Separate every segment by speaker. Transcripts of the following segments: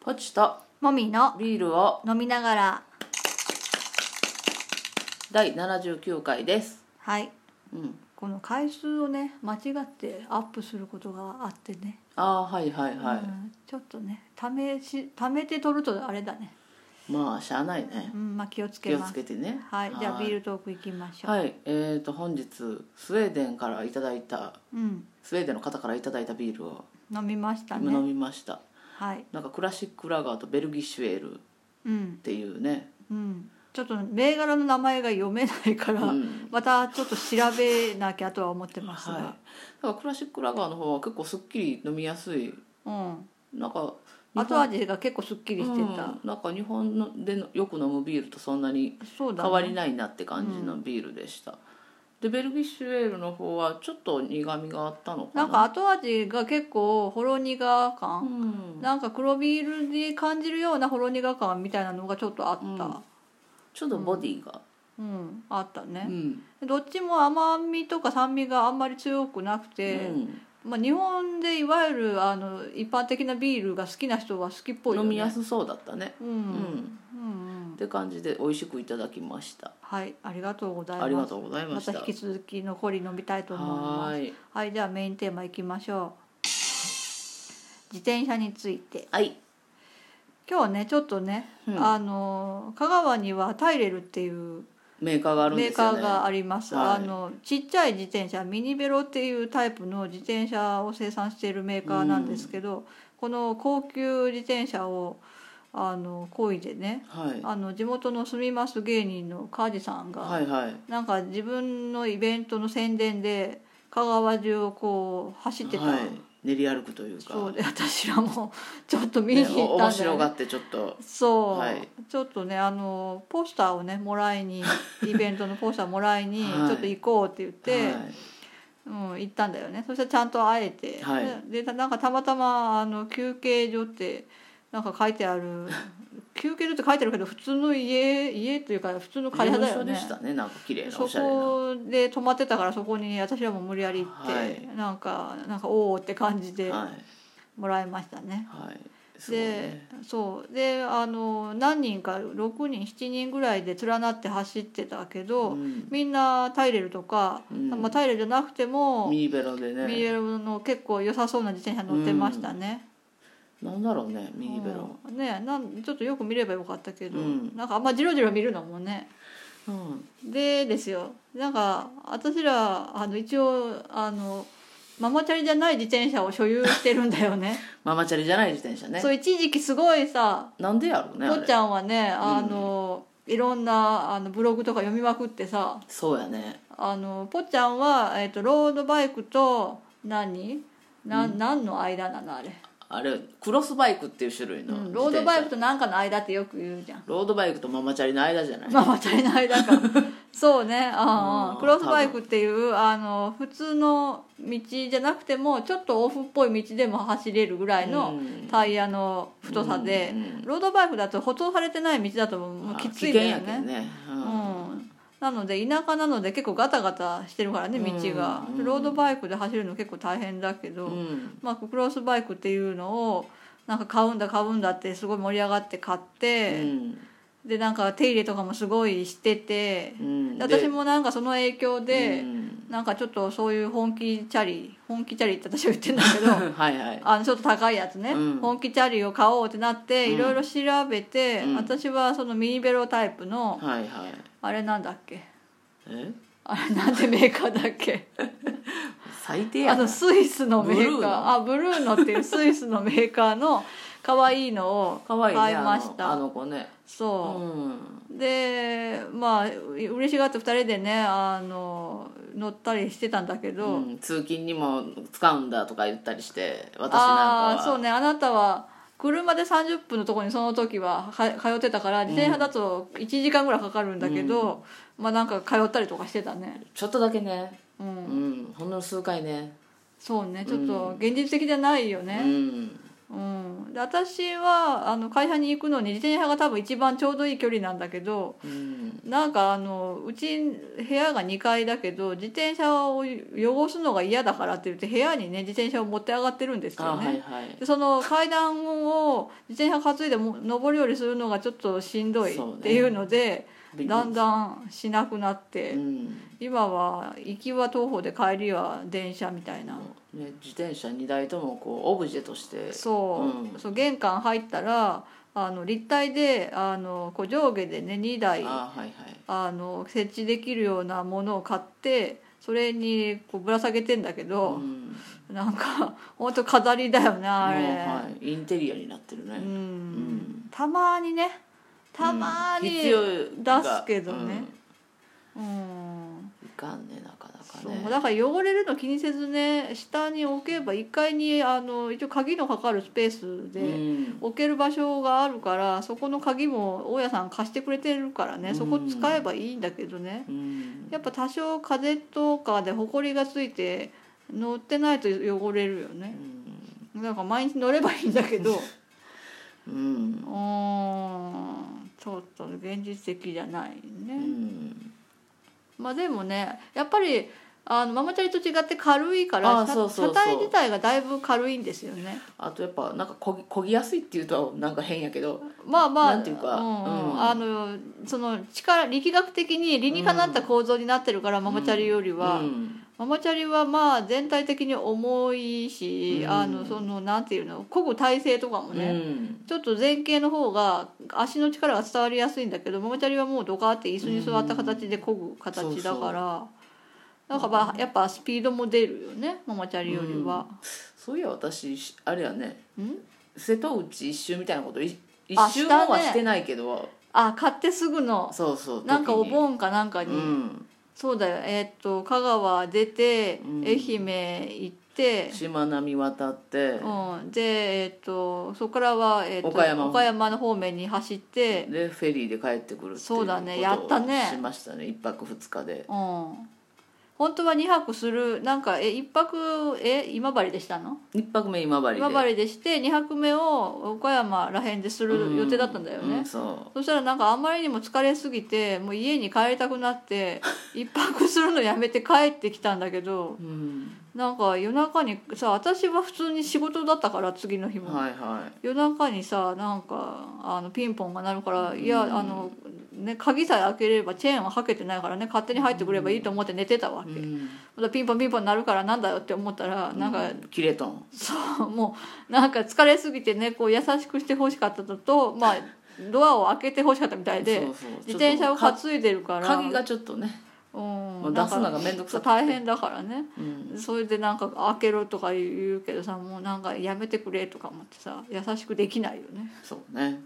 Speaker 1: ポチと
Speaker 2: もみの
Speaker 1: ビールを
Speaker 2: 飲みながら
Speaker 1: 第79回です
Speaker 2: はい
Speaker 1: うん
Speaker 2: この回数をね間違ってアップすることがあってね、
Speaker 1: ああはいはいはい、
Speaker 2: うんちょっとねためし貯めて取るとあれだね、
Speaker 1: まあしゃあないね
Speaker 2: うんまあ、気をつ
Speaker 1: 気
Speaker 2: け
Speaker 1: を
Speaker 2: ま
Speaker 1: つ
Speaker 2: す
Speaker 1: けてね
Speaker 2: はいじゃあビールトークいきましょう、
Speaker 1: はいえー、と本日スウェーデンからいただいた
Speaker 2: うん
Speaker 1: スウェーデンの方からいただいたビールを
Speaker 2: 飲みました
Speaker 1: 飲
Speaker 2: ね
Speaker 1: みました、
Speaker 2: はい
Speaker 1: なんかクラシックラガーとベルギッシュエールっ
Speaker 2: うん
Speaker 1: ていうね、
Speaker 2: うんちょっと銘柄の名前が読めないから、
Speaker 1: うん
Speaker 2: またちょっと調べなきゃとは思ってますが、
Speaker 1: はい、だからクラシックラガーの方は結構すっきり飲みやすい
Speaker 2: うん
Speaker 1: なんか
Speaker 2: 後味が結構すっきりして
Speaker 1: う
Speaker 2: た、
Speaker 1: んなんか日本のでのよく飲むビールとそんなに
Speaker 2: そうだ、ね、
Speaker 1: 変わりないなって感じのビールでした、でベルギッシュエールの方はちょっと苦みがあったのかな
Speaker 2: なんか後味が結構ほろ苦
Speaker 1: う
Speaker 2: 感、
Speaker 1: ん、
Speaker 2: なんか黒ビールに感じるようなほろ苦感みたいなのがちょっとあった
Speaker 1: ちょっとボディが、
Speaker 2: うん、あったね
Speaker 1: う、ん
Speaker 2: どっちも甘みとか酸味があんまり強くなくて、まあ、日本でいわゆるあの一般的なビールが好きな人は好きっ
Speaker 1: う
Speaker 2: ぽい
Speaker 1: ん、
Speaker 2: よ、ね、
Speaker 1: 飲みやすそうだったね、
Speaker 2: うん、う
Speaker 1: うん
Speaker 2: んうん
Speaker 1: って感じで美味しくいただきました
Speaker 2: はいありがとうございます
Speaker 1: ありがとうございま
Speaker 2: ま
Speaker 1: した
Speaker 2: た引き続き残り飲みたいと思います
Speaker 1: はーい
Speaker 2: はいではメインテーマいきましょう自転車について
Speaker 1: はい
Speaker 2: 今日はねちょっとね、
Speaker 1: うん
Speaker 2: あの香川にはタイレルっていう
Speaker 1: メーカーがあるん
Speaker 2: メ
Speaker 1: で
Speaker 2: ー
Speaker 1: す
Speaker 2: カ
Speaker 1: よ
Speaker 2: ー
Speaker 1: ね
Speaker 2: があります、
Speaker 1: はい
Speaker 2: あのちっちゃい自転車ミニベロっていうタイプの自転車を生産しているメーカーなんですけど、この高級自転車をあのこいでね
Speaker 1: はい
Speaker 2: あの地元の住みます芸人の梶さんが、
Speaker 1: はいはい
Speaker 2: なんか自分のイベントの宣伝で香川中をこう走ってた、
Speaker 1: はい、練り歩くというか
Speaker 2: そうで私らもちょっと見に
Speaker 1: ね
Speaker 2: 行
Speaker 1: お面
Speaker 2: ったんだよ
Speaker 1: 白
Speaker 2: ね
Speaker 1: がってちょっと
Speaker 2: そう、
Speaker 1: はい
Speaker 2: ちょっとねあのポスターをねもら いにイベントのポスターもらいに
Speaker 1: はい
Speaker 2: ちょっと行こうって言って、
Speaker 1: はい
Speaker 2: うん、行ったんだよねそしたらちゃんと会えて、
Speaker 1: はい
Speaker 2: ででなんかたまたまあの休憩所ってなんか書いてある休憩所って書いてあるけど普通の家家というか普通の会社だよ
Speaker 1: 事務所で
Speaker 2: ね
Speaker 1: したねなんか綺麗な
Speaker 2: そ
Speaker 1: おしゃれな
Speaker 2: こで泊まってたからそこに私らも無理やり行って、
Speaker 1: はい
Speaker 2: なんかなんかおおって感じで
Speaker 1: はい
Speaker 2: もらいましたね、
Speaker 1: はいすごい
Speaker 2: で
Speaker 1: ね
Speaker 2: そうであの何人か6人7人ぐらいで連なって走ってたけど、
Speaker 1: うん
Speaker 2: みんなタイレルとか、
Speaker 1: うん
Speaker 2: まあ、タイレルじゃなくてもミ
Speaker 1: ミニベロで
Speaker 2: ニ
Speaker 1: ね
Speaker 2: エルの結構良さそうな自転車乗ってましたね。
Speaker 1: なんだろうねミニベロ
Speaker 2: うんねなんちょっとよく見ればよかったけど、
Speaker 1: うん
Speaker 2: なんかあんまジロジロ見るのもね。
Speaker 1: うん
Speaker 2: でですよなんか私らあの一応あのママチャリじゃない自転車を所有してるんだよね。
Speaker 1: ママチャリじゃない自転車 ね
Speaker 2: そう一時期すごいさ
Speaker 1: なんでやろうね
Speaker 2: と
Speaker 1: あ
Speaker 2: っ
Speaker 1: れ
Speaker 2: ちゃんはねあの、いろんなあのブログとか読みまくってさ
Speaker 1: そうやね
Speaker 2: あのぽっちゃんは、えっとロードバイクと何な、ん、何の間なのあれ、
Speaker 1: あれクロスバイクっていう種類
Speaker 2: う
Speaker 1: の
Speaker 2: ん、
Speaker 1: 自
Speaker 2: ロー
Speaker 1: 転車
Speaker 2: ドバイクと何かの間ってよく言うじゃん
Speaker 1: ロードバイクとママチャリの間じゃない
Speaker 2: ママチャリの 間かそうねあ
Speaker 1: う
Speaker 2: あ
Speaker 1: ん
Speaker 2: クロスバイクっていうあの普通の道じゃなくてもちょっとオフっぽい道でも走れるぐらいの
Speaker 1: うん
Speaker 2: タイヤの太さで、
Speaker 1: うん
Speaker 2: ロードバイクだと舗装されてない道だともうきついんだよ
Speaker 1: あ危険やけどねうん
Speaker 2: うんなので田舎なので結構ガタガタしてるからね道が、
Speaker 1: うん
Speaker 2: ロードバイクで走るの結構大変だけど、
Speaker 1: うん
Speaker 2: まあ、クロスバイクっていうのをなんか買うんだ買うんだってすごい盛り上がって買っ
Speaker 1: う
Speaker 2: て、
Speaker 1: ん
Speaker 2: でなんか手入れとかもすごいしてて
Speaker 1: う、ん
Speaker 2: で私もなんかその影響で
Speaker 1: う、ん
Speaker 2: なんかちょっとそういう本気チャリ本気チャリって私は言ってんだけど
Speaker 1: はいはい
Speaker 2: あのちょっと高いやつね、
Speaker 1: うん
Speaker 2: 本気チャリを買おうってなって
Speaker 1: うん
Speaker 2: いろいろ調べて、
Speaker 1: うん
Speaker 2: 私はそのミニベロタイプの
Speaker 1: はいはい
Speaker 2: あれなんだっけ
Speaker 1: え
Speaker 2: あれなんてメーカーだっけ
Speaker 1: 最低
Speaker 2: あ
Speaker 1: やな
Speaker 2: のスイスのメー
Speaker 1: ブルー
Speaker 2: カー
Speaker 1: の
Speaker 2: あブルーノっていうスイスのメーカーの可愛いのを
Speaker 1: 可愛いね
Speaker 2: 買いまし
Speaker 1: あの
Speaker 2: た
Speaker 1: あの子ねう
Speaker 2: そ
Speaker 1: ん
Speaker 2: うでまあ嬉しがって2人でねあの乗ったりしてたんだけど、
Speaker 1: うん、通勤にも使うんだとか言ったりして私なんか
Speaker 2: あ
Speaker 1: は
Speaker 2: あそうねあなたは車で30分のところにその時はか通ってたから自転車だと1時間ぐらいかかるんだけど、まあなんか通ったりとかしてたね
Speaker 1: ちょっとだけね
Speaker 2: う
Speaker 1: うんん、ほんの数回ね
Speaker 2: そうねちょっと現実的じゃないよ
Speaker 1: う
Speaker 2: ね、
Speaker 1: ん
Speaker 2: うん、で私はあの会社に行くのに自転車が多分一番ちょうどいい距離なんだけど
Speaker 1: うん
Speaker 2: なんかあのうち部屋が2階だけど自転車を汚すのが嫌だからって言って部屋にね自転車を持って上がってるんです
Speaker 1: あ
Speaker 2: よね、
Speaker 1: はいはい
Speaker 2: でその階段を自転車担いでも上り下りするのがちょっとしんどいっていうのでだん
Speaker 1: だ
Speaker 2: だんしなくなって、
Speaker 1: うん
Speaker 2: 今は行きは徒歩で帰りは電車みたいな、
Speaker 1: ね、自転車2台ともこうオブジェとして
Speaker 2: そう,、
Speaker 1: うん
Speaker 2: そう玄関入ったらあの立体であのこう上下でね2台
Speaker 1: あはいはい
Speaker 2: あの設置できるようなものを買ってそれにこうぶら下げてんだけど、
Speaker 1: ん、も
Speaker 2: なんか本当飾りだよね
Speaker 1: う
Speaker 2: あれ、
Speaker 1: はい、インテリアになってるね、
Speaker 2: うん
Speaker 1: ん
Speaker 2: たまにねたま
Speaker 1: うん
Speaker 2: に、
Speaker 1: 必要が
Speaker 2: 出すけどねう
Speaker 1: う
Speaker 2: ん
Speaker 1: んいかんねなかなか
Speaker 2: そう
Speaker 1: ね
Speaker 2: だから汚れるの気にせずね下に置けば1階にあの一応鍵のかかるスペース
Speaker 1: う
Speaker 2: で
Speaker 1: ん
Speaker 2: 置ける場所があるからそこの鍵も大家さん貸してくれてるからねそこ使えばいいんだけどね
Speaker 1: うん
Speaker 2: やっぱ多少風とかで埃がついて乗ってないと汚れるよ
Speaker 1: う
Speaker 2: ね
Speaker 1: ん
Speaker 2: だから毎日乗ればいいん だけど
Speaker 1: う
Speaker 2: う
Speaker 1: ん
Speaker 2: ーんちょっと現実的じゃないね、
Speaker 1: うん
Speaker 2: まあでもねやっぱりあのママチャリと違って軽いか
Speaker 1: あ
Speaker 2: ら
Speaker 1: ー
Speaker 2: 車
Speaker 1: そうそうそう
Speaker 2: 車体自体がだいぶ軽いんですよね
Speaker 1: あとやっぱなんかこぎこぎやすいっていうとなんか変やけど
Speaker 2: まあまあ
Speaker 1: なんていうか
Speaker 2: んん
Speaker 1: うん
Speaker 2: あのその力力学的に理にかなった構造になってるから、ママチャリよりは、
Speaker 1: うん
Speaker 2: ママチャリはまあ全体的に重いし、
Speaker 1: うん
Speaker 2: あのそのなんていうの漕ぐ体勢とかも
Speaker 1: う
Speaker 2: ね、
Speaker 1: ん
Speaker 2: ちょっと前傾の方が足の力が伝わりやすいんだけどママチャリはもうドカーって椅子に座った形で漕ぐ形だから、なんかまあやっぱスピードも出るよねママチャリよりは。
Speaker 1: そういや私しあれやね
Speaker 2: ん
Speaker 1: 瀬戸内一周みたいなことい一
Speaker 2: あ
Speaker 1: 周
Speaker 2: したね
Speaker 1: もはしてないけど
Speaker 2: あ買ってすぐの
Speaker 1: そうそう
Speaker 2: なんかお
Speaker 1: ん
Speaker 2: 盆かなんかに、
Speaker 1: うん
Speaker 2: そうだよえーっと香川出て、
Speaker 1: うん
Speaker 2: 愛媛行って。
Speaker 1: しまなみ渡って
Speaker 2: うん、で、えーっとそこからは、えーっと
Speaker 1: 岡山
Speaker 2: の方面に走って、
Speaker 1: でフェリーで帰ってくるっていう
Speaker 2: そうだね
Speaker 1: ことを
Speaker 2: やったね
Speaker 1: しましたね一泊二日で
Speaker 2: うん、本当は2泊するなんかえ1泊え今治でしたの
Speaker 1: 一泊目今治で
Speaker 2: 今治でして2泊目を岡山らへんでする予定だったんだよね、
Speaker 1: うそ
Speaker 2: そしたらなんかあんまりにも疲れすぎてもう家に帰りたく なって1泊するのやめて帰ってきたんだけど
Speaker 1: ううん
Speaker 2: なんか夜中にさ私は普通に仕事だったから次の日も、
Speaker 1: はいは
Speaker 2: 夜中にさなんかあのピンポンが鳴るから、
Speaker 1: うん
Speaker 2: いやあの、ね、鍵さえ開ければチェーンはかけてないからね勝手に入ってくればいいと思って寝てたわ
Speaker 1: い
Speaker 2: け、
Speaker 1: うん
Speaker 2: またピンポンピンポン鳴るからなんだよって思ったらなんか、
Speaker 1: 切れとん
Speaker 2: そうもうなんか疲れすぎてねこう優しくしてほしかったのと、まあ、ドアを開けてほしかったみたいで
Speaker 1: そうそう
Speaker 2: 自転車を
Speaker 1: ちょっ
Speaker 2: 担いでる
Speaker 1: と
Speaker 2: から
Speaker 1: 鍵がちょっとね
Speaker 2: う
Speaker 1: もう
Speaker 2: ん、
Speaker 1: 出すのが面倒くさくて
Speaker 2: 大変だからね
Speaker 1: うん
Speaker 2: それでなんか開けろとか言うけどさもうなんかやめてくれとか思ってさ優しくできないよね
Speaker 1: そうね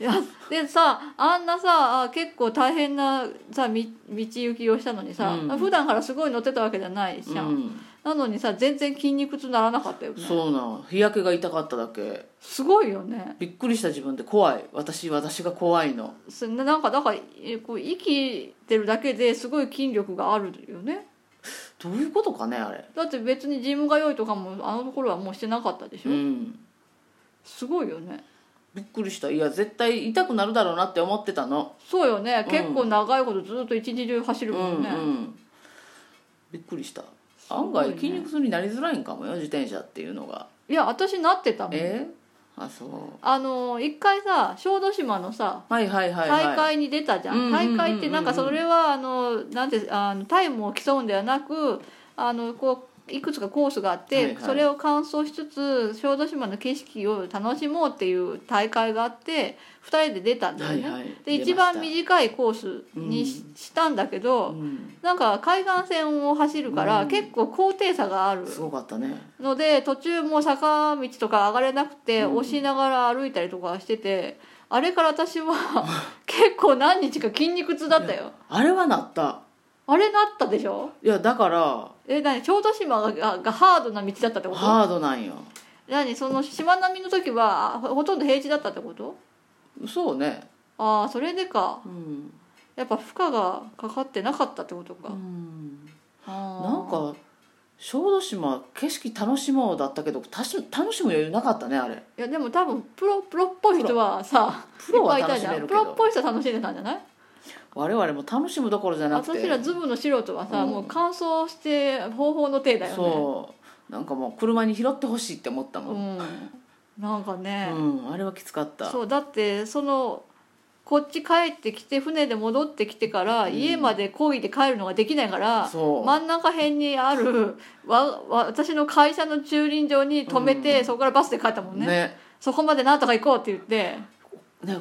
Speaker 2: いやでさあんなさあ結構大変なさみ道行きをしたのにさ、
Speaker 1: うん
Speaker 2: 普段からすごい乗ってたわけじゃないうじゃん、
Speaker 1: ん
Speaker 2: なのにさ全然筋肉痛ならなかったよね
Speaker 1: そうなん日焼けが痛かっただけ
Speaker 2: すごいよね
Speaker 1: びっくりした自分で怖い私私が怖いの
Speaker 2: すなんかだからえこう生きてるだけですごい筋力があるよね
Speaker 1: どういうことかねあれ
Speaker 2: だって別にジムが良いとかもあのところはもうしてなかったでし
Speaker 1: う
Speaker 2: ょ、
Speaker 1: ん
Speaker 2: すごいよね
Speaker 1: びっくりしたいや絶対痛くなるだろうなって思ってたの
Speaker 2: そうよね
Speaker 1: うん
Speaker 2: 結構長いことずっと一日中走
Speaker 1: う
Speaker 2: る
Speaker 1: ん
Speaker 2: もんね、
Speaker 1: うんびっくりした
Speaker 2: す
Speaker 1: 案
Speaker 2: ごいね
Speaker 1: 外筋肉痛になりづらいんかもよ自転車っていうのが
Speaker 2: いや私なってたもん
Speaker 1: えー、あそう
Speaker 2: あの一回さ小豆島のさ
Speaker 1: はいはいはいはい
Speaker 2: 大会に出たじゃ
Speaker 1: うんうん
Speaker 2: ん
Speaker 1: うんうんう
Speaker 2: 大
Speaker 1: ん
Speaker 2: 会ってなんかそれはあのなんてあのタイムを競うんではなくあのこういくつかコースがあって、
Speaker 1: はいはい
Speaker 2: それを完走しつつ小豆島の景色を楽しもうっていう大会があって2人で出たんだよ
Speaker 1: はい
Speaker 2: ね、
Speaker 1: はい
Speaker 2: で一番
Speaker 1: 出まし
Speaker 2: 短いコースにし,、たんだけ
Speaker 1: た
Speaker 2: ど
Speaker 1: うん
Speaker 2: なんか海岸線を走るから
Speaker 1: うん
Speaker 2: 結構高低差がある
Speaker 1: すごかったね
Speaker 2: ので途中もう坂道とか上がれなくて、
Speaker 1: うん
Speaker 2: 押しながら歩いたりとかしててあれから私は 結構何日か筋肉痛だったよ
Speaker 1: あれはなった
Speaker 2: あれなったでしょ
Speaker 1: いやだから
Speaker 2: え何小豆島がががハードな道だったってこと
Speaker 1: ハードなんよ
Speaker 2: 何その島並みの時はあほとんど平地だったってこと
Speaker 1: そうね
Speaker 2: ああそれでか
Speaker 1: うん、
Speaker 2: やっぱ負荷がかかってなかったってことか、
Speaker 1: うん、
Speaker 2: あー
Speaker 1: なんか小豆島景色楽しもうだったけどたし楽しむ余裕なかったねあれ
Speaker 2: いやでも多分プロプロっぽい人はさ
Speaker 1: プロはい
Speaker 2: っぱい
Speaker 1: 楽
Speaker 2: い
Speaker 1: した
Speaker 2: じ
Speaker 1: め
Speaker 2: ゃん
Speaker 1: る
Speaker 2: プ
Speaker 1: け
Speaker 2: ロっ
Speaker 1: ど
Speaker 2: ぽい人は楽しんでたんじゃない
Speaker 1: 我々も楽しむどころじゃなくて
Speaker 2: 私らズブの素人はさ、
Speaker 1: うん
Speaker 2: もう乾燥して方法の手だよね
Speaker 1: そうなんかもう車に拾ってほしいって思ったもん、
Speaker 2: ん、なんかね、
Speaker 1: うん、あれはきつかった
Speaker 2: そうだってそのこっち帰ってきて船で戻ってきてから、
Speaker 1: うん
Speaker 2: 家まで漕いで帰るのができないから
Speaker 1: そう
Speaker 2: 真ん中辺にあるわわ私の会社の駐輪場に止めて、
Speaker 1: うん
Speaker 2: そこからバスで帰ったもんね
Speaker 1: ねね
Speaker 2: そこまでなんとか行こうって言って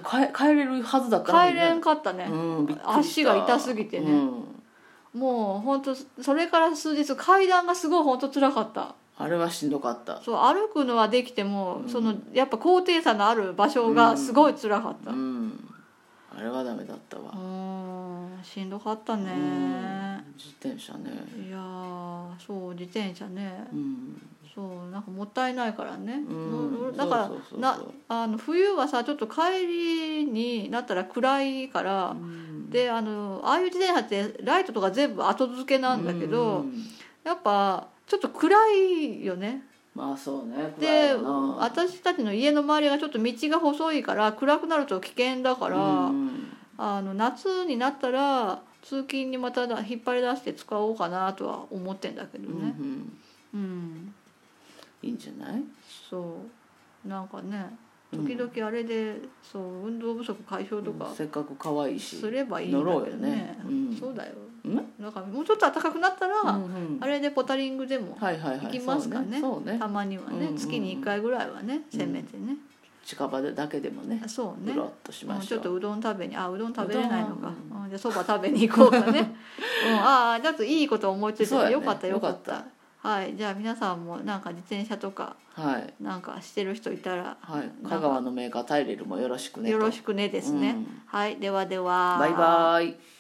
Speaker 1: 帰帰れるはずだったの
Speaker 2: 帰
Speaker 1: に
Speaker 2: れん
Speaker 1: ね
Speaker 2: かったね、
Speaker 1: うん、びっくりした
Speaker 2: 足が痛すぎてね
Speaker 1: うん
Speaker 2: もう本当それから数日階段がすごい本当辛かった
Speaker 1: あれはしんどかった
Speaker 2: そう歩くのはできても、
Speaker 1: うん
Speaker 2: そのやっぱ高低差のある場所がすごい辛かった、
Speaker 1: うんあれはダメだったわ、
Speaker 2: うーんしんどかったね、
Speaker 1: うん自転車ね
Speaker 2: いやーそう自転車ね
Speaker 1: うん
Speaker 2: そうなんかもったいないからね、
Speaker 1: うん
Speaker 2: だから
Speaker 1: そうそうそうそう
Speaker 2: なあの冬はさちょっと帰りになったら暗いから、
Speaker 1: うん
Speaker 2: であのああいう自転車ってライトとか全部後付けなんだけ
Speaker 1: う
Speaker 2: ど、
Speaker 1: ん
Speaker 2: やっぱちょっと暗いよね
Speaker 1: まあそうね暗い
Speaker 2: で
Speaker 1: よな
Speaker 2: 私たちの家の周りがちょっと道が細いから暗くなると危険だから、
Speaker 1: うん
Speaker 2: あの夏になったら通勤にまただ引っ張り出して使おうかなとは思ってんだけど
Speaker 1: うんう
Speaker 2: ね
Speaker 1: ん
Speaker 2: うん、
Speaker 1: いいんじゃない
Speaker 2: そうなんかね
Speaker 1: うん
Speaker 2: 時々あれで、そう運動不足解消とか
Speaker 1: うんせっかく可愛いし
Speaker 2: すればいいんだ
Speaker 1: 乗
Speaker 2: け
Speaker 1: ろ
Speaker 2: ど
Speaker 1: うよ
Speaker 2: ね
Speaker 1: ねうん
Speaker 2: そうだよ
Speaker 1: うん
Speaker 2: だからもうちょっと暖かくなったら、
Speaker 1: うんうん
Speaker 2: あれでポタリングでも
Speaker 1: はいはいはい
Speaker 2: 行きますかね
Speaker 1: そうねそうね
Speaker 2: たまにはね、
Speaker 1: うんうん
Speaker 2: 月に1回ぐらいはねせめてね、
Speaker 1: 近場でだけでもね
Speaker 2: あそうね
Speaker 1: ブロッとし
Speaker 2: も
Speaker 1: ま
Speaker 2: う
Speaker 1: し
Speaker 2: ち
Speaker 1: ょ
Speaker 2: ょっと
Speaker 1: う
Speaker 2: うどん食べにあうどん食べれないのか
Speaker 1: う、
Speaker 2: うんじゃあそば食べに行こうか ね、うん、ああだといいこと思いつい
Speaker 1: そう
Speaker 2: た、
Speaker 1: やね
Speaker 2: よかったよかった
Speaker 1: よか
Speaker 2: はいじゃあ皆さんもなんか自転車とか
Speaker 1: はい
Speaker 2: なんかしてる人いたら
Speaker 1: はい香川のメーカータイレルもよろしくねと
Speaker 2: よろしくねですね、
Speaker 1: うん
Speaker 2: はいではでは
Speaker 1: バイバイ